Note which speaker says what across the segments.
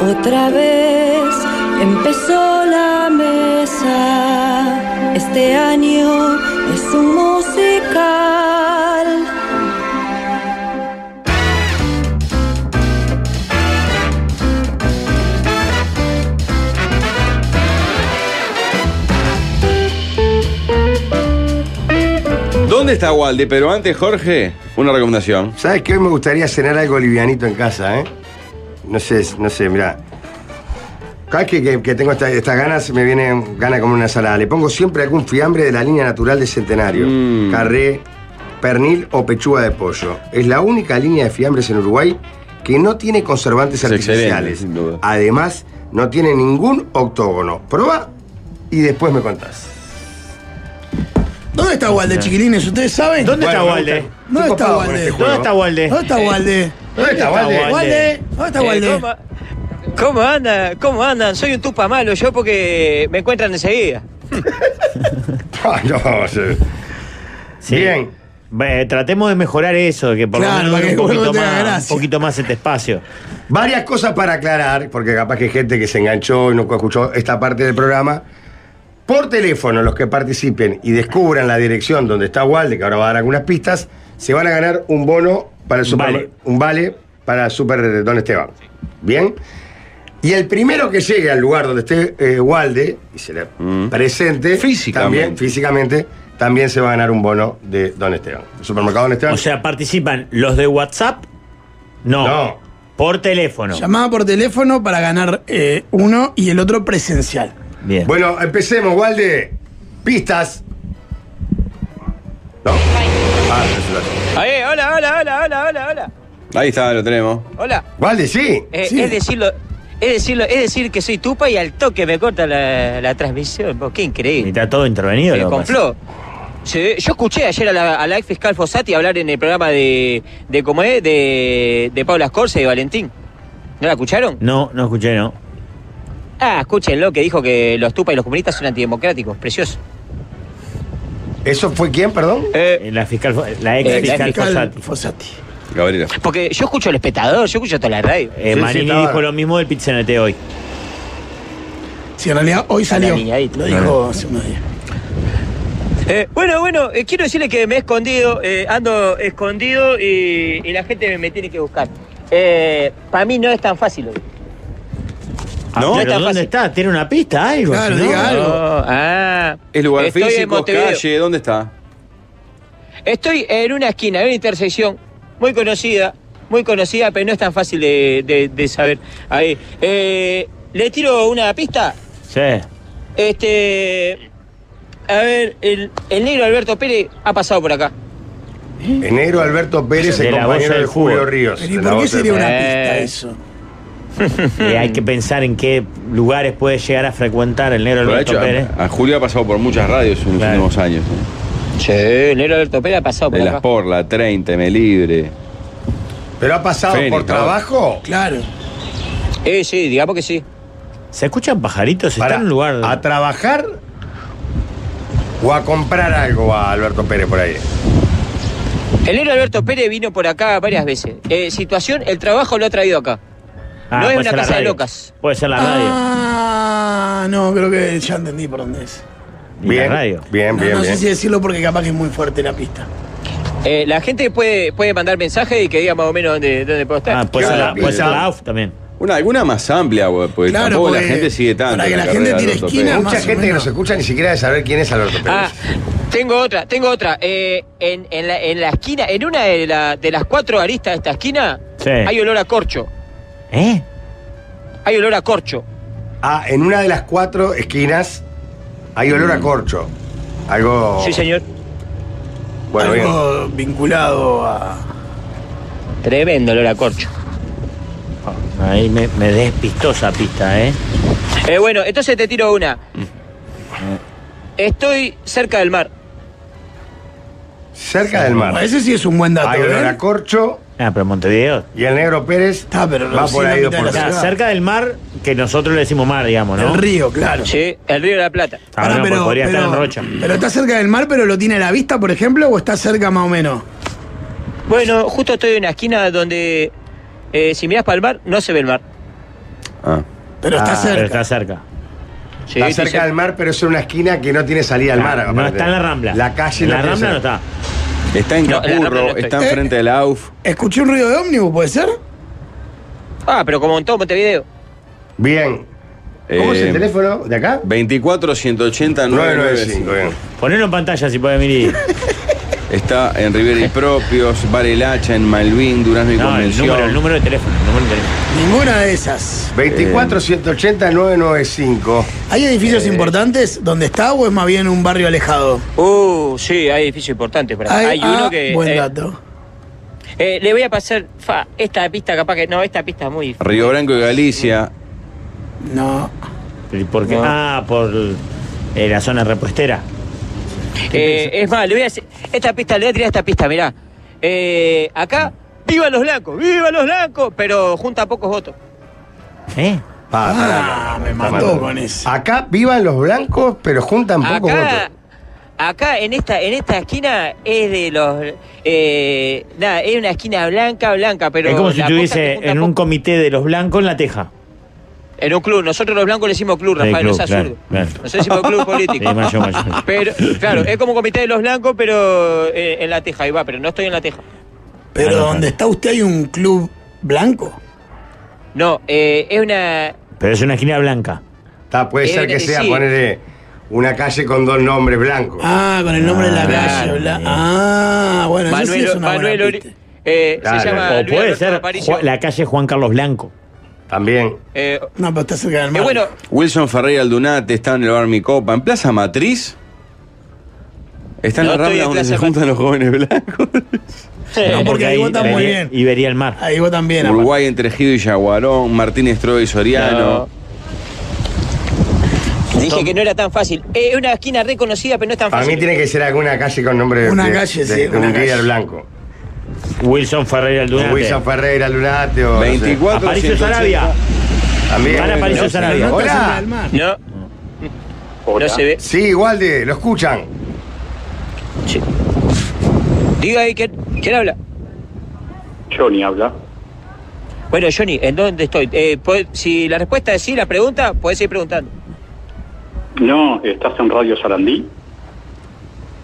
Speaker 1: Otra vez empezó la mesa. Este año es un musical.
Speaker 2: ¿Dónde está Walde? Pero antes, Jorge, una recomendación.
Speaker 3: ¿Sabes que hoy me gustaría cenar algo livianito en casa, eh? No sé, no sé, mirá. Cada vez que, que- que tengo esta- estas ganas, me viene gana como una salada. Le pongo siempre algún fiambre de la línea natural de Centenario.
Speaker 2: Mm.
Speaker 3: Carré, pernil o pechuga de pollo. Es la única línea de fiambres en Uruguay que no tiene conservantes
Speaker 2: Es excelente,
Speaker 3: artificiales.
Speaker 2: sin duda.
Speaker 3: Además, no tiene ningún octógono. Proba y después me contás.
Speaker 4: ¿Dónde está Walde, chiquilines? ¿Ustedes saben?
Speaker 5: ¿Dónde está
Speaker 3: Bueno,
Speaker 5: Walde?
Speaker 3: me gusta.
Speaker 4: ¿Dónde
Speaker 3: Estoy
Speaker 4: está
Speaker 3: copado con
Speaker 4: Walde?
Speaker 3: este juego.
Speaker 5: ¿Dónde está Walde?
Speaker 4: ¿Dónde está Walde?
Speaker 3: ¿Dónde está Eh, Walde?
Speaker 5: Walde?
Speaker 4: Walde, ¿dónde está
Speaker 6: Eh,
Speaker 4: Walde?
Speaker 6: ¿cómo, cómo andan? ¿Cómo andan? Soy un tupa malo yo porque me encuentran enseguida.
Speaker 3: Ah, no, sí.
Speaker 5: Sí.
Speaker 3: Bien.
Speaker 5: Eh, tratemos de mejorar eso, que por
Speaker 4: Claro,
Speaker 5: lo menos
Speaker 4: para que
Speaker 5: dure
Speaker 4: el
Speaker 5: un
Speaker 4: juego
Speaker 5: poquito,
Speaker 4: tenga
Speaker 5: más,
Speaker 4: gracia.
Speaker 5: un poquito más este espacio.
Speaker 3: Varias cosas para aclarar, porque capaz que hay gente que se enganchó y nunca escuchó esta parte del programa. Por teléfono, los que participen y descubran la dirección donde está Walde, que ahora va a dar algunas pistas, se van a ganar un bono para el super,
Speaker 5: Vale.
Speaker 3: un vale para Super Don Esteban. Bien. Y el primero que llegue al lugar donde esté eh, Walde y se le
Speaker 5: Mm.
Speaker 3: presente
Speaker 2: Físicamente.
Speaker 3: también, físicamente, también se va a ganar un bono de Don Esteban. ¿El supermercado Don Esteban?
Speaker 5: O sea, participan los de WhatsApp. No.
Speaker 3: No.
Speaker 5: Por teléfono.
Speaker 4: Llamada por teléfono para ganar eh, uno y el otro presencial.
Speaker 5: Bien.
Speaker 3: Bueno, empecemos, Walde. Pistas. ¿No? Ah, resulta.
Speaker 6: Ahí, hola, hola, hola, hola, hola, hola.
Speaker 2: Ahí está, lo tenemos.
Speaker 6: Hola.
Speaker 3: Walde, sí.
Speaker 6: Eh,
Speaker 4: Sí.
Speaker 6: Es decirlo. Es decirlo, es decir que soy tupa y al toque me corta la, la transmisión. Vos, qué
Speaker 5: Y
Speaker 6: increíble.
Speaker 5: está todo intervenido.
Speaker 6: Eh,
Speaker 5: lo que
Speaker 6: con
Speaker 5: pasa.
Speaker 6: Flo. Sí, yo escuché ayer a la, a la ex fiscal Fossati hablar en el programa de, de ¿cómo es? De, de Paula Scorza y de Valentín. ¿No la escucharon?
Speaker 5: No, no escuché, no.
Speaker 6: Ah, escúchenlo, que dijo que los tupas y los comunistas son antidemocráticos. Precioso.
Speaker 3: ¿Eso fue quién, perdón?
Speaker 6: Eh,
Speaker 5: Eh, La fiscal, la ex
Speaker 6: Eh, la
Speaker 5: fiscal
Speaker 6: fiscal
Speaker 5: Fossati.
Speaker 4: Fossati.
Speaker 2: Gabriela.
Speaker 6: Porque yo escucho el espectador, yo escucho toda la radio.
Speaker 5: Eh,
Speaker 3: Sí, sí,
Speaker 5: Manini
Speaker 3: estaba-
Speaker 5: dijo lo mismo del Pizzanete hoy.
Speaker 4: Sí, en realidad hoy
Speaker 6: la
Speaker 4: salió.
Speaker 6: niñadita.
Speaker 4: Lo dijo hace unos días.
Speaker 3: Pues
Speaker 6: Eh, bueno, bueno, eh, quiero decirle que me he escondido, eh, ando escondido y, y la gente me, me tiene que buscar. Eh, Para mí no es tan fácil. hoy.
Speaker 5: Ah,
Speaker 2: ¿No?
Speaker 5: pero
Speaker 6: Está
Speaker 5: ¿Dónde
Speaker 6: fácil.
Speaker 5: está? ¿Tiene una pista? Algo,
Speaker 4: Claro,
Speaker 5: si no?
Speaker 4: diga algo.
Speaker 6: No, ah,
Speaker 2: ¿Es lugar
Speaker 6: estoy en
Speaker 2: físico,
Speaker 6: Montevideo.
Speaker 2: calle? ¿Dónde está?
Speaker 6: Estoy en una esquina, en una intersección muy conocida, muy conocida, pero no es tan fácil de, de- de saber. Ahí. Eh, Le tiro una pista.
Speaker 5: Sí.
Speaker 6: Este. A ver, el, el negro Alberto Pérez ha pasado por acá.
Speaker 3: Enero Alberto Pérez,
Speaker 5: De
Speaker 3: el
Speaker 5: la
Speaker 3: compañero
Speaker 5: bolsa
Speaker 3: de
Speaker 5: del
Speaker 3: Julio
Speaker 5: fútbol.
Speaker 3: Ríos.
Speaker 4: Pero ¿y
Speaker 3: de la
Speaker 4: por qué
Speaker 3: bolsa del
Speaker 4: sería una
Speaker 3: fútbol.
Speaker 4: pista
Speaker 6: Eh.
Speaker 4: eso?
Speaker 5: Eh, hay que pensar en qué lugares puede llegar a frecuentar el negro
Speaker 2: Pero de
Speaker 5: Alberto
Speaker 2: hecho, eh,
Speaker 5: Pérez.
Speaker 2: a, a Julio ha pasado por muchas radios en los
Speaker 5: Claro.
Speaker 2: últimos años. ¿eh?
Speaker 6: Sí, el negro Alberto Pérez ha pasado por
Speaker 2: De
Speaker 6: acá.
Speaker 2: las Porla, 30, Me Libre.
Speaker 3: ¿Pero ha pasado
Speaker 2: Fénix,
Speaker 3: por
Speaker 2: ¿no?
Speaker 3: trabajo?
Speaker 4: Claro.
Speaker 6: Eh, sí, digamos que sí.
Speaker 5: ¿Se escuchan pajaritos?
Speaker 3: Para,
Speaker 5: ¿Está en un lugar?
Speaker 3: ¿A trabajar o a comprar algo a Alberto Pérez por ahí?
Speaker 6: El negro Alberto Pérez vino por acá varias veces. Eh, situación, el trabajo lo ha traído acá.
Speaker 5: Ah,
Speaker 6: no es
Speaker 5: puede
Speaker 6: una
Speaker 5: ser la
Speaker 6: casa de
Speaker 5: radio.
Speaker 6: locas.
Speaker 5: Puede ser la radio.
Speaker 4: Ah, no, creo que ya entendí por dónde es.
Speaker 5: Y
Speaker 3: Bien,
Speaker 5: la radio.
Speaker 3: bien,
Speaker 4: No,
Speaker 3: bien.
Speaker 4: no
Speaker 3: bien.
Speaker 4: sé si decirlo porque capaz que es muy fuerte la pista.
Speaker 6: Eh, la gente puede, puede mandar mensaje y que diga más o menos dónde, dónde puedo estar.
Speaker 5: Ah,
Speaker 2: pues
Speaker 5: puede ser la,
Speaker 3: Claro,
Speaker 5: puede ser
Speaker 3: bien.
Speaker 5: la AUF también.
Speaker 2: Una, alguna más amplia, güey, porque
Speaker 4: Claro,
Speaker 2: tampoco la
Speaker 4: porque
Speaker 2: gente sigue tanto.
Speaker 4: para que la
Speaker 2: carrera
Speaker 4: gente
Speaker 2: de
Speaker 4: tire
Speaker 2: Alberto
Speaker 4: esquina,
Speaker 2: Pérez.
Speaker 4: más
Speaker 3: Mucha
Speaker 4: o
Speaker 3: gente que
Speaker 4: menos.
Speaker 3: nos escucha ni siquiera de saber quién es Alberto Pérez.
Speaker 6: Ah, tengo otra, tengo otra. Eh, en, en la, en la esquina, en una de, la- de las cuatro aristas de esta esquina,
Speaker 5: Sí.
Speaker 6: hay olor a corcho.
Speaker 5: ¿Eh?
Speaker 6: Hay olor a corcho.
Speaker 3: Ah, en una de las cuatro esquinas hay olor a corcho. Algo.
Speaker 6: Mm.
Speaker 2: Oh.
Speaker 6: Sí, señor.
Speaker 3: Bueno, bien.
Speaker 4: Algo vinculado a.
Speaker 6: Tremendo olor a corcho.
Speaker 5: Ahí me, me despistó esa pista, ¿eh?
Speaker 6: Eh, bueno, entonces te tiro una.
Speaker 2: Mm.
Speaker 6: Estoy cerca del mar.
Speaker 3: Cerca del
Speaker 4: Bueno,
Speaker 3: mar.
Speaker 4: ese sí es un buen dato.
Speaker 3: Hay
Speaker 4: ¿eh?
Speaker 3: olor a corcho
Speaker 5: Ah, pero Montevideo.
Speaker 3: y el negro Pérez
Speaker 4: Está, pero
Speaker 3: va
Speaker 4: sí,
Speaker 3: por
Speaker 4: la
Speaker 3: ahí dos por
Speaker 4: mitad de la
Speaker 5: O sea,
Speaker 4: ciudad.
Speaker 3: tres.
Speaker 5: cerca del mar, que nosotros le decimos mar, digamos, ¿no?
Speaker 4: El río, claro.
Speaker 6: Sí, el río de la Plata.
Speaker 5: Ah,
Speaker 4: Pará,
Speaker 5: no, pues podría estar en Rocha.
Speaker 4: pero está cerca del mar, pero lo tiene a la vista, por ejemplo, o está cerca más o menos.
Speaker 6: Bueno, justo estoy en una esquina donde eh, si mirás para el mar, no se ve el mar.
Speaker 2: Ah.
Speaker 4: Pero está
Speaker 3: Ah,
Speaker 4: cerca.
Speaker 5: Pero está cerca.
Speaker 6: Sí,
Speaker 3: Está
Speaker 6: sí,
Speaker 3: cerca
Speaker 6: sí.
Speaker 3: del mar, pero es en una esquina que no tiene salida al mar.
Speaker 5: Ah, no
Speaker 3: aparte.
Speaker 5: está en la Rambla.
Speaker 3: La calle
Speaker 5: En la
Speaker 3: tiene
Speaker 5: Rambla no
Speaker 3: salida.
Speaker 5: está.
Speaker 2: Está en
Speaker 6: No, en la Rambla
Speaker 2: Capurro,
Speaker 6: no estoy.
Speaker 2: está enfrente del AUF.
Speaker 4: Escuché un ruido de ómnibus, ¿puede ser?
Speaker 6: Ah, pero como en todo Montevideo.
Speaker 3: Bien. ¿Cómo es
Speaker 2: Eh,
Speaker 3: el teléfono de acá?
Speaker 2: 24 180
Speaker 3: 995.
Speaker 2: 995.
Speaker 3: bien.
Speaker 5: Ponelo en pantalla si puede venir.
Speaker 2: Está en Rivera y Propios, Varelacha, en Malvin, Durazno y
Speaker 5: No, el
Speaker 2: Convención.
Speaker 5: número, el número de teléfono. El número de teléfono.
Speaker 4: Ninguna de esas.
Speaker 3: 24 180 995.
Speaker 4: ¿Hay edificios importantes donde está o es más bien un barrio alejado?
Speaker 6: Uh, sí, hay edificios importantes. Para... Hay,
Speaker 4: ah,
Speaker 6: uno que.
Speaker 4: Buen
Speaker 6: eh,
Speaker 4: dato.
Speaker 6: eh, le voy a pasar. Fa, esta pista capaz que. No, esta pista es muy.
Speaker 2: Río Branco y Galicia.
Speaker 4: No.
Speaker 5: ¿Y por qué?
Speaker 6: No.
Speaker 5: Ah, por eh, la zona repuestera.
Speaker 6: Eh, es más, le voy a hacer. Esta pista, le voy a tirar esta pista, mirá. Eh, acá, ¡viva los blancos! ¡Viva los blancos! Pero junta pocos votos.
Speaker 5: ¿Eh?
Speaker 3: Pa, pa,
Speaker 4: Ah,
Speaker 3: pa, pa,
Speaker 4: me
Speaker 3: pa,
Speaker 4: mató
Speaker 3: pa.
Speaker 4: con eso.
Speaker 3: Acá vivan los blancos, pero juntan pocos
Speaker 6: Acá,
Speaker 3: votos.
Speaker 6: acá en esta, en esta esquina es de los eh, nada, es una esquina blanca, blanca, pero.
Speaker 5: es como si
Speaker 6: la cosa que
Speaker 5: estuviese
Speaker 6: junta
Speaker 5: en un
Speaker 6: poco-
Speaker 5: comité de los blancos en la teja.
Speaker 6: en un club. Nosotros los blancos le decimos club,
Speaker 5: Sí,
Speaker 6: Rafael, no
Speaker 5: club,
Speaker 6: seas
Speaker 5: claro,
Speaker 6: zurdo.
Speaker 5: claro.
Speaker 6: Nosotros decimos club político.
Speaker 5: Eh, mayo, mayo, mayo.
Speaker 6: Pero, claro, es como comité de los blancos, pero eh, en la teja, ahí va, pero no estoy en la teja.
Speaker 4: Pero
Speaker 5: Claro,
Speaker 4: donde está usted hay un club blanco.
Speaker 6: No, eh, es una.
Speaker 5: Pero es una esquina blanca.
Speaker 3: Ta, puede
Speaker 6: Eh,
Speaker 3: ser que
Speaker 6: eh,
Speaker 3: sea
Speaker 6: sí.
Speaker 3: ponerle una calle con dos nombres blancos.
Speaker 4: Ah, con el nombre de la
Speaker 5: claro.
Speaker 4: calle. bla- Ah, bueno, eso sí
Speaker 6: Manuel,
Speaker 4: es una buena
Speaker 6: Manuel Ori-
Speaker 4: pista.
Speaker 6: eh,
Speaker 3: Claro.
Speaker 6: se llama.
Speaker 5: O
Speaker 6: Luis
Speaker 5: puede
Speaker 6: Alberto
Speaker 5: ser
Speaker 6: Aparicio.
Speaker 5: Ju- la calle Juan Carlos Blanco.
Speaker 3: También.
Speaker 6: Eh,
Speaker 4: No, pero está cerca del
Speaker 6: eh,
Speaker 4: mar.
Speaker 6: bueno,
Speaker 2: Wilson Ferreira Aldunate está en el bar Mi Copa. En Plaza Matriz. Está en
Speaker 6: No
Speaker 2: la
Speaker 6: estoy
Speaker 2: rambla
Speaker 6: en
Speaker 2: donde
Speaker 6: Plaza
Speaker 2: se
Speaker 6: Matriz.
Speaker 2: juntan los jóvenes blancos.
Speaker 4: No, porque ahí vota muy
Speaker 5: vería-
Speaker 4: bien.
Speaker 5: Y vería el mar.
Speaker 4: Ahí vos también. aparte.
Speaker 2: Uruguay entre Gido y Yaguarón. Martínez Troy y Soriano.
Speaker 6: Dije que no era tan fácil. Es una esquina reconocida, pero no es tan
Speaker 3: Para
Speaker 6: fácil.
Speaker 3: mí tiene que ser alguna calle con nombre
Speaker 4: Una
Speaker 3: de,
Speaker 4: calle,
Speaker 3: de-
Speaker 4: sí,
Speaker 3: de
Speaker 4: una
Speaker 3: un
Speaker 4: calle.
Speaker 3: líder blanco.
Speaker 5: Wilson Ferreira Aldunate.
Speaker 3: Wilson Ferreira, Lunate o. no sé.
Speaker 2: 24
Speaker 5: Aparicio
Speaker 2: 180.
Speaker 5: Sarabia.
Speaker 3: También.
Speaker 5: Van a Aparicio Sarabia.
Speaker 4: No está
Speaker 3: Hola.
Speaker 4: cerca del mar.
Speaker 6: No. No se ve.
Speaker 3: Sí, Walde, lo escuchan.
Speaker 6: Sí. Diga ahí, ¿quién, quién habla?
Speaker 7: Johnny habla.
Speaker 6: Bueno, Johnny, ¿en dónde estoy? Eh, pod- si la respuesta es sí, la pregunta, podés seguir preguntando.
Speaker 7: No, estás en Radio Sarandí.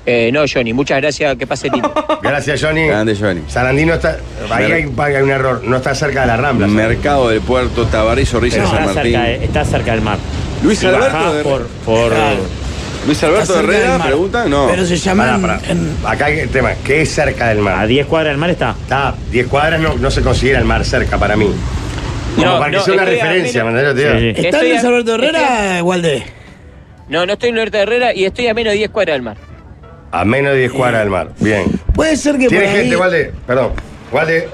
Speaker 6: Eh, no, Johnny, muchas gracias, que pase lindo.
Speaker 3: Gracias, Johnny.
Speaker 2: Grande Johnny.
Speaker 3: Sarandino está. Ahí
Speaker 2: Mer-
Speaker 3: hay, un- hay un error. No está cerca de la rambla.
Speaker 2: Mercado del Puerto, Tabaré, Zorrilla,
Speaker 5: Pero
Speaker 2: San
Speaker 5: está,
Speaker 2: Martín.
Speaker 5: cerca, eh. de- está cerca del mar.
Speaker 2: Luis
Speaker 5: Y
Speaker 2: Alberto
Speaker 5: bajá
Speaker 2: de-
Speaker 5: por, por-
Speaker 4: Claro.
Speaker 2: Luis
Speaker 4: Está
Speaker 2: Alberto
Speaker 4: cerca del
Speaker 2: Herrera,
Speaker 4: mar.
Speaker 2: pregunta, no.
Speaker 4: Pero se llama
Speaker 3: Pará,
Speaker 4: en-
Speaker 3: pará.
Speaker 4: en-
Speaker 3: Acá hay el tema. ¿Qué es cerca del
Speaker 5: A
Speaker 3: mar?
Speaker 5: 10 cuadras del mar está.
Speaker 3: Está, 10 cuadras no, no se considera el mar cerca para mí. Como
Speaker 6: No,
Speaker 3: para que
Speaker 6: no,
Speaker 3: sea una
Speaker 6: estoy a
Speaker 3: referencia,
Speaker 6: menos-
Speaker 3: ¿me entendés lo que te digo?
Speaker 5: Sí, sí.
Speaker 4: ¿Está
Speaker 6: Estoy
Speaker 4: Luis
Speaker 6: a-
Speaker 4: Alberto
Speaker 6: estoy
Speaker 4: Herrera, Walde?
Speaker 6: No, no estoy en Norte Herrera y estoy a menos de 10 cuadras del mar.
Speaker 3: A menos de 10 cuadras del mar. Bien.
Speaker 4: Puede ser que por
Speaker 3: Tiene
Speaker 4: ahí...
Speaker 3: gente, Walde. Perdón. Walde,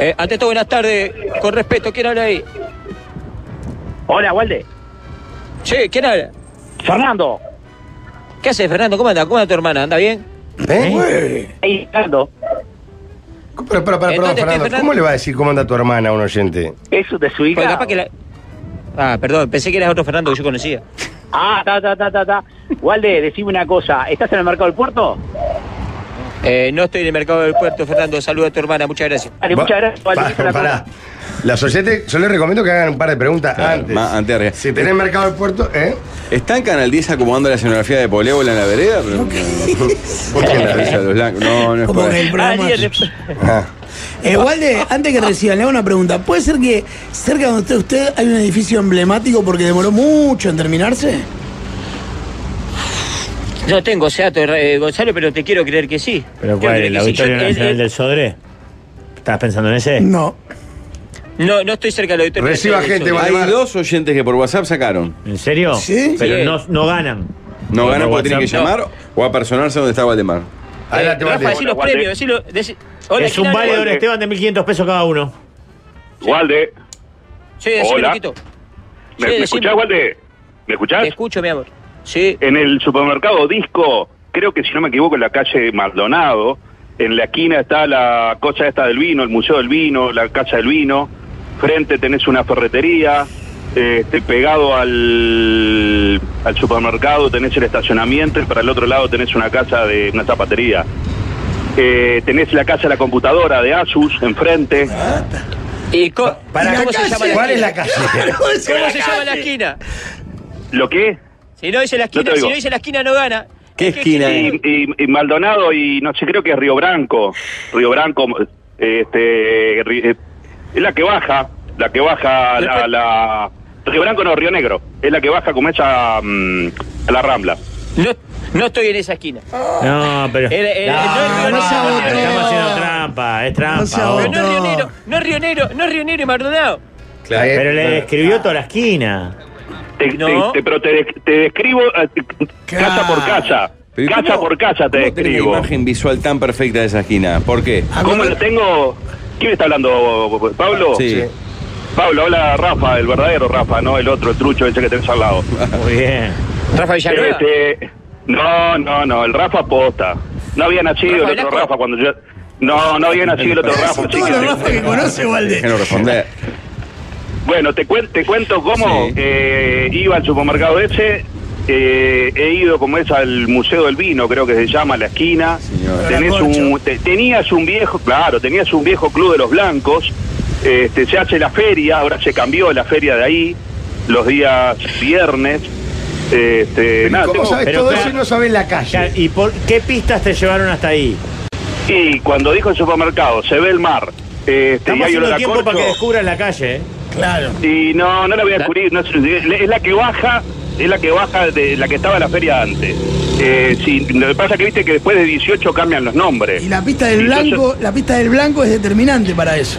Speaker 6: Eh, ante todo, buenas tardes. Con respeto, ¿quién habla ahí?
Speaker 8: Hola, Walde.
Speaker 6: Che, ¿quién habla?
Speaker 8: Fernando.
Speaker 6: ¿Qué haces, Fernando? ¿Cómo anda? ¿Cómo anda tu hermana? ¿Anda bien?
Speaker 3: ¿eh?
Speaker 8: Ahí, Fernando.
Speaker 3: Pero,
Speaker 4: Eh,
Speaker 3: pero, pero, perdón,
Speaker 6: Entonces,
Speaker 3: Fernando.
Speaker 6: Fernando-
Speaker 3: ¿Cómo le va a decir cómo anda tu hermana a un oyente?
Speaker 8: Eso te subí.
Speaker 6: Porque Pues capaz que la... Ah, perdón, pensé que eras otro Fernando que yo conocía.
Speaker 8: Ah, ta, ta, ta, ta, ta. Walde, decime una cosa. ¿Estás en el mercado del puerto?
Speaker 6: Eh, no estoy en el mercado del puerto, Fernando. Saluda a tu hermana, muchas gracias.
Speaker 8: Dale,
Speaker 3: Va-
Speaker 8: muchas gracias, Walde.
Speaker 3: pa-
Speaker 8: Hice la
Speaker 3: pará. Los oyentes, yo les recomiendo que hagan un par de preguntas
Speaker 2: Claro,
Speaker 3: antes.
Speaker 2: más antes de arriba.
Speaker 3: Si tenés mercado del puerto, ¿eh?
Speaker 2: ¿Está en Canal 10 acomodando la escenografía de Polévola en la vereda? Pero- ¿Por qué la risa de los blancos? No, no es
Speaker 4: Como
Speaker 2: por
Speaker 4: en
Speaker 2: ahí.
Speaker 4: el programa...
Speaker 6: Ah, diez-
Speaker 3: Ah.
Speaker 4: Eh, Walde, antes que reciban, le hago una pregunta. ¿Puede ser que cerca de donde está usted hay un edificio emblemático porque demoró mucho en terminarse?
Speaker 6: No tengo ese dato, eh, Gonzalo, pero te quiero creer que sí.
Speaker 5: Pero
Speaker 6: Te quiero
Speaker 5: cuál,
Speaker 6: creer
Speaker 5: el
Speaker 6: que sí.
Speaker 5: Auditorio
Speaker 6: Yo- el-
Speaker 5: Nacional
Speaker 6: el-
Speaker 5: del Sodre. ¿Estás pensando en ese?
Speaker 4: No.
Speaker 6: No, no estoy cerca del auditorio.
Speaker 3: Reciba
Speaker 6: Nacional del
Speaker 3: gente,
Speaker 6: Sur.
Speaker 3: Valdemar.
Speaker 2: Hay dos oyentes que por WhatsApp sacaron.
Speaker 5: ¿En serio?
Speaker 4: Sí.
Speaker 5: Pero
Speaker 6: Sí.
Speaker 5: no, no ganan.
Speaker 2: No
Speaker 5: Por
Speaker 2: ganan porque tienen que
Speaker 5: WhatsApp.
Speaker 2: llamar o apersonarse donde está Valdemar.
Speaker 3: Adelante,
Speaker 6: Eh, Rafa,
Speaker 3: Walde.
Speaker 6: decí los
Speaker 7: Hola,
Speaker 6: premios, decí los- decí- Hola,
Speaker 5: es un
Speaker 6: ¿quién
Speaker 5: vale
Speaker 6: habla?
Speaker 5: de oro Esteban de 1500 pesos cada uno.
Speaker 7: Walde,
Speaker 6: Sí, decime,
Speaker 7: Hola.
Speaker 6: Loquito.
Speaker 7: ¿me,
Speaker 6: Sí,
Speaker 7: me
Speaker 6: decime.
Speaker 7: escuchás, Walde? ¿Me escuchás?
Speaker 6: Te escucho, mi amor. Sí.
Speaker 7: En el supermercado Disco, creo que si no me equivoco, en la calle Maldonado, en la esquina está la cosa esta del vino, el Museo del Vino, la Casa del Vino. Frente tenés una ferretería. eh, Este, pegado al, al supermercado tenés el estacionamiento y para el otro lado tenés una casa de una zapatería. Eh, tenés la casa de la computadora de Asus enfrente.
Speaker 6: ¿Y co-
Speaker 3: Para
Speaker 6: cómo
Speaker 3: la
Speaker 6: se llama
Speaker 3: calle.
Speaker 6: la
Speaker 3: ¿Cuál es
Speaker 6: esquina?
Speaker 3: la calle?
Speaker 6: ¿Cómo se llama la esquina?
Speaker 7: ¿Lo qué?
Speaker 6: Si no dice la esquina,
Speaker 7: No te
Speaker 6: si
Speaker 7: oigo.
Speaker 6: no dice la esquina no gana.
Speaker 2: ¿Qué
Speaker 6: Es que
Speaker 2: esquina
Speaker 6: existe-
Speaker 7: Y, y- y Maldonado y no sé, creo que es Río Branco. Río Branco, este, Ri- eh, es la que baja, la que baja a la, a la- Río Branco no, Río Negro. Es la que baja como esa mm, a la Rambla.
Speaker 6: No, no estoy en esa esquina.
Speaker 5: No, pero.
Speaker 6: Era- era-
Speaker 5: no,
Speaker 6: no, no,
Speaker 5: no,
Speaker 6: se
Speaker 5: no,
Speaker 6: agotó.
Speaker 5: estamos haciendo trampa, es trampa.
Speaker 4: No se
Speaker 5: vos.
Speaker 4: agotó.
Speaker 6: Pero no es Rionero, no es Rionero, no es Rionero y Maldonado.
Speaker 3: Claro.
Speaker 5: Pero
Speaker 7: Eh,
Speaker 5: le escribió toda la esquina.
Speaker 7: Te,
Speaker 6: No.
Speaker 7: te- te- pero te, de- te describo eh, te- casa por casa.
Speaker 2: Pero ¿y
Speaker 7: Casa
Speaker 2: cómo-
Speaker 7: por casa te
Speaker 2: cómo tenés
Speaker 7: describo.
Speaker 2: una imagen visual tan perfecta de esa esquina. ¿Por qué?
Speaker 4: Ah,
Speaker 7: ¿Cómo lo tengo? ¿Quién está hablando? ¿Pablo?
Speaker 2: Sí.
Speaker 7: Pablo, habla Rafa, el verdadero Rafa, no el otro, el trucho ese que tenés al lado.
Speaker 5: Muy bien.
Speaker 6: Rafa Villanueva.
Speaker 7: Este, no, no, no, el Rafa posta. No había nacido
Speaker 6: ¿Rafa
Speaker 7: el otro
Speaker 6: Velasco?
Speaker 7: Rafa cuando yo. No, no había nacido el otro Rafa.
Speaker 4: Son
Speaker 7: así
Speaker 4: todos
Speaker 7: que
Speaker 4: los
Speaker 7: te-
Speaker 4: Rafa que conoce, Valde.
Speaker 2: Déjenlo responder.
Speaker 7: bueno, te, cuen- te cuento cómo
Speaker 2: Sí.
Speaker 7: eh, iba al supermercado ese. eh, he ido como es al Museo del Vino, creo que se llama, la esquina.
Speaker 2: Señor.
Speaker 7: Tenés un, te- tenías un viejo, claro, tenías un viejo club de los blancos. Este, se hace la feria, ahora se cambió la feria de ahí, los días viernes. Este, nada,
Speaker 3: ¿Cómo
Speaker 7: tengo-
Speaker 3: sabes
Speaker 5: pero
Speaker 3: todo
Speaker 5: claro.
Speaker 3: eso y no sabes la
Speaker 5: Ya,
Speaker 3: calle?
Speaker 5: ¿Y por qué pistas te llevaron hasta ahí?
Speaker 7: Y cuando dijo el supermercado, se ve el mar. Este, y
Speaker 5: Estamos
Speaker 7: hay olor
Speaker 5: haciendo
Speaker 7: a
Speaker 5: tiempo
Speaker 7: corcho.
Speaker 5: para que descubras la calle. ¿eh?
Speaker 4: Claro.
Speaker 7: Y no, no la voy a descubrir. no sé, es la que baja, es la que baja de la que estaba en la feria antes. Eh, sí, lo que pasa es que viste que después de 18 cambian los nombres.
Speaker 4: Y la pista del
Speaker 7: Entonces-
Speaker 4: blanco, la pista del blanco es determinante para eso.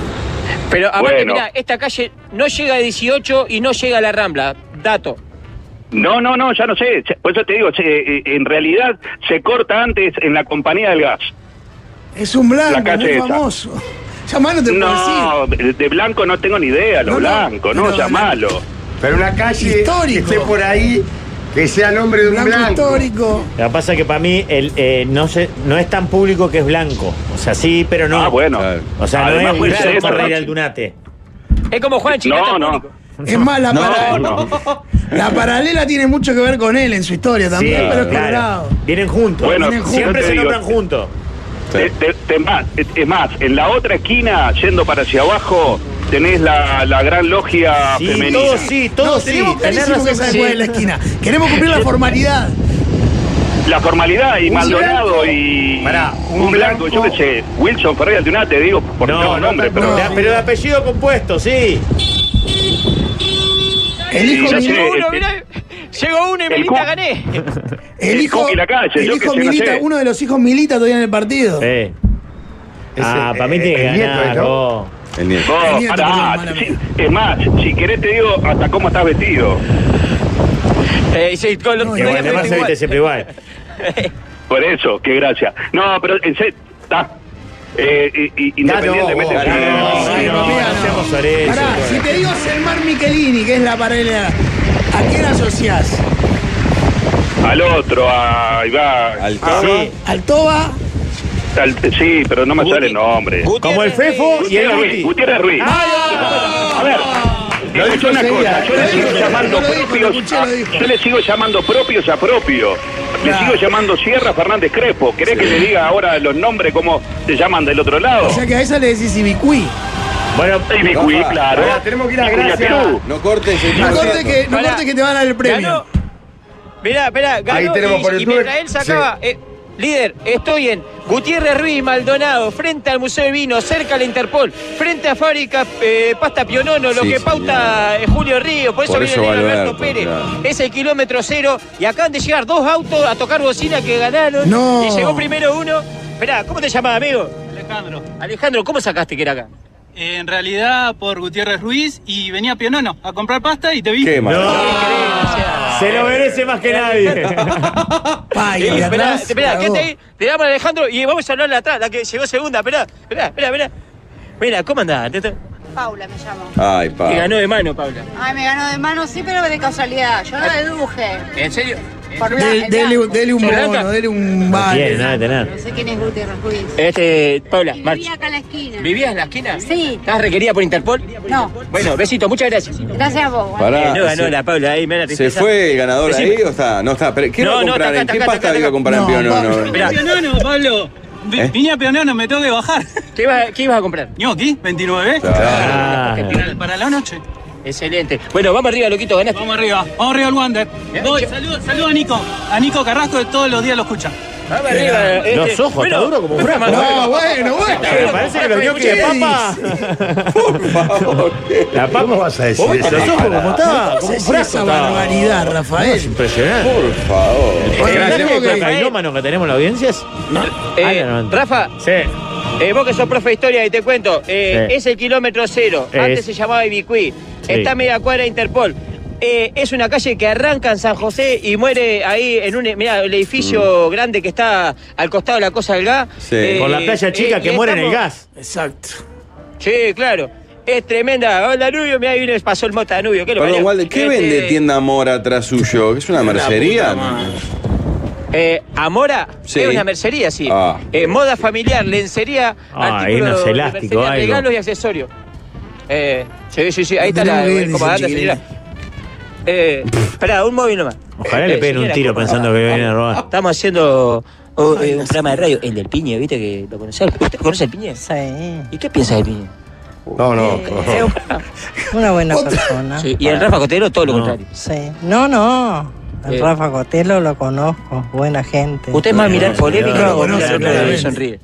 Speaker 6: Pero aparte,
Speaker 7: Bueno.
Speaker 6: mirá, esta calle no llega a 18 y no llega a la Rambla. Dato.
Speaker 7: No, no, no, ya no sé. Se- Por eso te digo, se- eh, en realidad se corta antes en la compañía del gas.
Speaker 4: Es un
Speaker 7: La
Speaker 4: blanco,
Speaker 7: calle
Speaker 4: muy
Speaker 7: esa.
Speaker 4: famoso. Ya más no te puedo decir.
Speaker 7: No, de de blanco no tengo ni idea, lo
Speaker 4: No, no,
Speaker 7: blanco, no,
Speaker 4: pero-
Speaker 7: llamalo.
Speaker 3: Pero una calle
Speaker 4: Histórico.
Speaker 3: que esté por ahí, que sea nombre de un
Speaker 4: Blanco,
Speaker 3: blanco.
Speaker 4: histórico.
Speaker 5: Lo que pasa es que para mí el, eh, no, se, no es tan público que es blanco. O sea, sí, pero no.
Speaker 7: Ah, bueno.
Speaker 2: Claro.
Speaker 5: O sea,
Speaker 7: Además,
Speaker 5: no
Speaker 7: puede
Speaker 5: es
Speaker 7: ser
Speaker 5: un
Speaker 7: eso,
Speaker 5: correr
Speaker 7: ¿no?
Speaker 5: al Dunate.
Speaker 6: Es como Juan Chicata.
Speaker 7: No, no.
Speaker 4: Es más, la, para-
Speaker 7: no.
Speaker 4: la paralela tiene mucho que ver con él en su historia también, pero es colorado.
Speaker 5: Vienen juntos.
Speaker 7: Bueno,
Speaker 5: Vienen
Speaker 4: yo
Speaker 5: siempre
Speaker 7: te
Speaker 5: se
Speaker 7: digo-
Speaker 5: nombran juntos.
Speaker 7: Te- Eh, te- te más- es más, en la otra esquina, yendo para hacia abajo, tenés la, la gran logia
Speaker 5: Sí,
Speaker 7: femenina.
Speaker 5: todos sí, todos
Speaker 4: No,
Speaker 5: sí.
Speaker 4: tenemos
Speaker 5: Tenés
Speaker 4: clarísimo que
Speaker 5: razón,
Speaker 4: sabe
Speaker 5: sí.
Speaker 4: cuál es la esquina. Queremos cumplir la formalidad.
Speaker 7: La formalidad y
Speaker 3: Un
Speaker 7: Maldonado
Speaker 3: blanco.
Speaker 7: y
Speaker 3: Pará,
Speaker 7: un,
Speaker 3: un
Speaker 7: blanco,
Speaker 3: blanco.
Speaker 7: yo qué sé, Wilson Ferreira Altuna, te digo por
Speaker 5: No,
Speaker 7: no,
Speaker 5: no,
Speaker 7: nombre,
Speaker 5: Pero,
Speaker 7: pero
Speaker 5: de, pero de apellido compuesto, sí.
Speaker 4: El hijo,
Speaker 7: Sí, ya
Speaker 4: mil-
Speaker 7: sé.
Speaker 6: Llegó uno,
Speaker 7: este-
Speaker 6: mirá, llegó uno y
Speaker 7: El
Speaker 6: Melita
Speaker 7: cu-
Speaker 6: gané.
Speaker 4: el hijo,
Speaker 7: Coqui la calle,
Speaker 4: el
Speaker 7: yo
Speaker 4: hijo
Speaker 7: que sé, no
Speaker 4: milita,
Speaker 7: sé.
Speaker 4: uno de los hijos milita todavía en el partido.
Speaker 5: Eh.
Speaker 3: Ese-
Speaker 5: ah, para mí
Speaker 3: eh,
Speaker 5: tiene que
Speaker 3: el nieto
Speaker 5: ganar.
Speaker 3: es, ¿no?
Speaker 5: vos.
Speaker 2: El nieto.
Speaker 7: No,
Speaker 4: Tenía
Speaker 7: pará,
Speaker 4: también mala
Speaker 7: sí,
Speaker 4: mía.
Speaker 7: es más, si querés te digo hasta cómo estás vestido.
Speaker 6: Eh, sí, con los-
Speaker 4: No,
Speaker 5: Y
Speaker 4: Pero
Speaker 5: bueno,
Speaker 4: igual,
Speaker 5: además se viste siempre igual.
Speaker 7: Por eso, qué gracia. No, pero en serio, está. Eh, y- y- independientemente
Speaker 3: no,
Speaker 7: si-
Speaker 5: no,
Speaker 4: Sí,
Speaker 5: no,
Speaker 4: papi,
Speaker 5: no
Speaker 4: no.
Speaker 5: seamos oreces,
Speaker 4: Pará,
Speaker 5: bueno.
Speaker 4: si te digo Selmar Michelini, que es la paralela, ¿a quién asociás?
Speaker 7: al otro, a Iván.
Speaker 2: Al
Speaker 5: Sí.
Speaker 4: ¿Altoba?
Speaker 7: al- sí, pero no me sale el nombre.
Speaker 5: Como el Fefo y el
Speaker 7: Gutiérrez Ruiz.
Speaker 5: Guti.
Speaker 7: Gutiérrez Ruiz. A ver.
Speaker 3: Lo dijo
Speaker 7: escucha una
Speaker 3: Celia,
Speaker 7: cosa, yo
Speaker 3: lo
Speaker 7: le
Speaker 3: dijo,
Speaker 7: sigo
Speaker 3: lo
Speaker 7: llamando
Speaker 4: dijo, lo
Speaker 7: propios
Speaker 4: escuché, lo
Speaker 7: a,
Speaker 4: dijo.
Speaker 7: yo le sigo llamando propios a propio. Le
Speaker 4: Claro.
Speaker 7: sigo llamando Sierra Fernández Crespo. ¿Querés que le diga ahora los nombres cómo te llaman del otro lado?
Speaker 4: O sea que a esa le decís Ibicuí.
Speaker 5: Bueno,
Speaker 7: Y Bicuí,
Speaker 2: Rafa,
Speaker 7: claro.
Speaker 3: ahora tenemos que ir a
Speaker 7: Y
Speaker 3: Gracia.
Speaker 7: Cuñatirú.
Speaker 2: No cortes eh, el
Speaker 4: No
Speaker 2: tiempo.
Speaker 4: cortes que, no
Speaker 6: Pará.
Speaker 4: cortes que te van a dar el premio.
Speaker 6: Ganó. Mirá, mirá, ganó.
Speaker 3: Ahí tenemos
Speaker 6: y,
Speaker 3: por el
Speaker 6: y
Speaker 3: tuve-
Speaker 6: mientras él sacaba. eh, líder, estoy en Gutiérrez Ruiz Maldonado, frente al Museo de Vino, cerca a la Interpol, frente a Fábrica eh, Pasta Pionono, lo
Speaker 2: Sí,
Speaker 6: que
Speaker 2: señor.
Speaker 6: pauta eh, Julio Río, por eso
Speaker 2: Por
Speaker 6: viene
Speaker 2: eso
Speaker 6: el negro
Speaker 2: va
Speaker 6: Alberto
Speaker 2: Alberto,
Speaker 6: Pérez.
Speaker 2: claro.
Speaker 6: Es el kilómetro cero y acaban de llegar dos autos a tocar bocina que ganaron.
Speaker 4: No.
Speaker 6: Y llegó primero uno. Mirá, ¿cómo te llamás, amigo? Alejandro. Alejandro, ¿cómo sacaste que era acá?
Speaker 9: En realidad por Gutiérrez Ruiz y venía Pionono a comprar pasta y te vi.
Speaker 2: Qué mal.
Speaker 5: se lo merece más que nadie.
Speaker 4: Pa, y de
Speaker 6: Eh, Esperá,
Speaker 4: atrás,
Speaker 6: esperá,
Speaker 4: cagó.
Speaker 6: quédate ahí, te damos a Alejandro y vamos a hablarle atrás, la que llegó segunda, esperá, esperá, esperá, esperá. Mira, ¿cómo andás? Te- te-
Speaker 10: Paula me llamo.
Speaker 2: Ay, pa.
Speaker 6: Te ganó de mano, Paula.
Speaker 10: Ay, me ganó de mano, Ah, sí, pero de casualidad. Yo la deduje.
Speaker 6: ¿En serio?
Speaker 10: Por bla-
Speaker 4: Del-
Speaker 10: el
Speaker 4: Dele,
Speaker 10: blanco.
Speaker 4: dele un
Speaker 6: ¿Blanca?
Speaker 4: bono, dele un
Speaker 5: No tiene
Speaker 4: vale.
Speaker 5: nada que tener.
Speaker 10: No sé quién es Gutiérrez Ruiz.
Speaker 6: Este, Paula,
Speaker 10: Y
Speaker 6: March.
Speaker 10: vivía acá en la esquina.
Speaker 6: ¿Vivías en la esquina?
Speaker 10: Sí.
Speaker 6: ¿Estás requerida por Interpol?
Speaker 10: No.
Speaker 6: Bueno, besito, muchas gracias.
Speaker 10: Gracias a vos.
Speaker 2: Pará.
Speaker 6: Eh, no ganó
Speaker 2: se-
Speaker 6: la Paula, ahí me la
Speaker 2: ¿Se
Speaker 6: tristeza.
Speaker 2: fue el ganador
Speaker 6: Decime.
Speaker 2: ahí o está? No está. Pero, ¿Qué
Speaker 6: No,
Speaker 2: va a
Speaker 6: no,
Speaker 2: comprar?
Speaker 6: está acá,
Speaker 2: ¿En
Speaker 6: está
Speaker 2: qué
Speaker 6: acá,
Speaker 2: pasta
Speaker 6: está acá.
Speaker 2: iba a comprar
Speaker 4: No,
Speaker 2: en Pionono?
Speaker 4: Pablo.
Speaker 6: Mirá,
Speaker 9: Pionono, Pablo. vi-
Speaker 5: ¿Eh?
Speaker 9: vine a Peonano, me tengo que bajar.
Speaker 6: ¿Qué, ibas a comprar?
Speaker 9: Ñoqui, 29.
Speaker 5: Ah.
Speaker 6: Claro.
Speaker 9: Para- Para la noche.
Speaker 6: Excelente. Bueno, vamos arriba, loquito, ganaste.
Speaker 9: Vamos arriba, vamos arriba al Wander. Voy, saludo, saludo a Nico. A Nico Carrasco que todos los días lo escucha.
Speaker 6: Vamos arriba. este.
Speaker 5: Los ojos,
Speaker 6: Bueno,
Speaker 5: está duro como un frasco.
Speaker 4: No, bueno, bueno.
Speaker 5: Pero me parece que los ñoquis de papa. La papa.
Speaker 3: ¿Cómo vas a decir
Speaker 5: Vos viste
Speaker 3: esa
Speaker 5: los ojos como
Speaker 3: parada?
Speaker 5: estaba,
Speaker 4: ¿Cómo
Speaker 5: como un
Speaker 4: se hace
Speaker 5: frasco.
Speaker 4: esa
Speaker 5: estaba.
Speaker 4: barbaridad,
Speaker 5: Es
Speaker 4: Rafael?
Speaker 5: impresionante.
Speaker 2: Por favor.
Speaker 5: El
Speaker 4: gracias,
Speaker 5: grande
Speaker 4: porque-
Speaker 5: cocainómano que tenemos en la audiencia es.
Speaker 6: eh,
Speaker 5: Ah, no, no.
Speaker 6: Rafa,
Speaker 5: Sí.
Speaker 6: eh, vos que sos profe de historia y te cuento, eh,
Speaker 5: Sí.
Speaker 6: es el kilómetro cero.
Speaker 5: Es.
Speaker 6: Antes se llamaba Ibicuí.
Speaker 5: Sí.
Speaker 6: Está a media cuadra de Interpol. Eh, es una calle que arranca en San José y muere ahí en un mirá, el edificio grande que está al costado de la Cosa del Gas.
Speaker 2: Sí.
Speaker 5: Mm. Con la playa chica
Speaker 6: eh,
Speaker 5: que
Speaker 6: y
Speaker 5: muere en el
Speaker 6: estamos-
Speaker 5: gas.
Speaker 4: Exacto.
Speaker 6: Sí, claro. Es tremenda. Hola, Danubio. Mirá, ahí vino, pasó el mota Danubio. ¿Qué, lo
Speaker 2: Perdón,
Speaker 6: parió?
Speaker 2: Walde, ¿qué
Speaker 6: Este,
Speaker 2: vende tienda Mora atrás suyo? ¿Es una mercería?
Speaker 6: Eh, Amora
Speaker 2: Sí.
Speaker 6: es una mercería, sí.
Speaker 2: Ah.
Speaker 6: Eh, moda familiar, lencería,
Speaker 5: Ah, ahí
Speaker 6: artículos
Speaker 5: unos
Speaker 6: de
Speaker 5: elásticos,
Speaker 6: mercería,
Speaker 5: algo.
Speaker 6: regalos y accesorios. Eh, sí, sí, sí, ahí está
Speaker 4: Tenemos
Speaker 6: la
Speaker 4: que ir, dice
Speaker 6: comandante,
Speaker 4: el
Speaker 6: señora. Eh, espera, un móvil nomás.
Speaker 5: Ojalá
Speaker 6: Eh,
Speaker 5: le
Speaker 6: eh,
Speaker 5: peguen un
Speaker 6: señora,
Speaker 5: tiro
Speaker 6: ¿cómo
Speaker 5: pensando
Speaker 6: va?
Speaker 5: que vienen a robar.
Speaker 6: Estamos haciendo oh, eh, un programa de radio, el del Piñe, ¿viste? Que lo conoce. ¿Usted conoce el Piñe?
Speaker 10: Sí.
Speaker 6: ¿Y qué piensa del Piñe?
Speaker 3: No, no.
Speaker 6: Eh,
Speaker 3: no.
Speaker 10: Una buena persona.
Speaker 6: sí, Y el Rafa Cotero, todo lo
Speaker 5: No.
Speaker 6: contrario.
Speaker 10: Sí. No, no. El
Speaker 6: Eh.
Speaker 10: Rafa Cotelo lo conozco, buena gente.
Speaker 6: Usted es más mirar polémica
Speaker 4: no,
Speaker 6: o
Speaker 4: no,
Speaker 6: mirar
Speaker 4: no,
Speaker 6: otro lado y
Speaker 4: claramente.
Speaker 6: sonríe.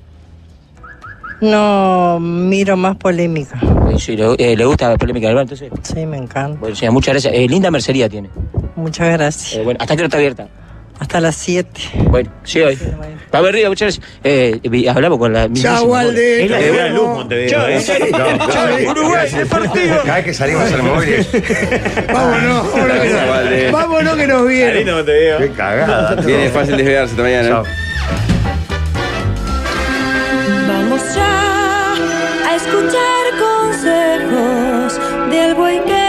Speaker 10: No miro más polémica.
Speaker 6: Eh, sí, le, eh, le gusta la polémica del bar, entonces.
Speaker 10: Sí, me encanta.
Speaker 6: Bueno, señora, muchas gracias. Eh, linda mercería tiene.
Speaker 10: Muchas gracias.
Speaker 6: Eh, bueno, hasta que no está abierta.
Speaker 10: Hasta las 7.
Speaker 6: Bueno, sí, hoy. Va a ver, Riga, muchas gracias. Eh, vi- hablamos con la misma.
Speaker 4: Chao, Walde.
Speaker 5: Es la
Speaker 4: Nos
Speaker 5: ciudad de luz,
Speaker 4: vemos.
Speaker 5: Montevideo. ¿eh?
Speaker 3: No, no.
Speaker 6: Uruguay, el partido.
Speaker 3: Cada vez que salimos al móvil,
Speaker 4: Vámonos, vámonos que
Speaker 2: Gracias, Walde.
Speaker 4: nos, vámonos que nos
Speaker 5: Está
Speaker 4: viene.
Speaker 5: lindo Montevideo.
Speaker 3: qué cagada.
Speaker 2: Viene fácil desviarse esta mañana.
Speaker 3: Chao.
Speaker 1: Vamos ya a escuchar consejos del buen que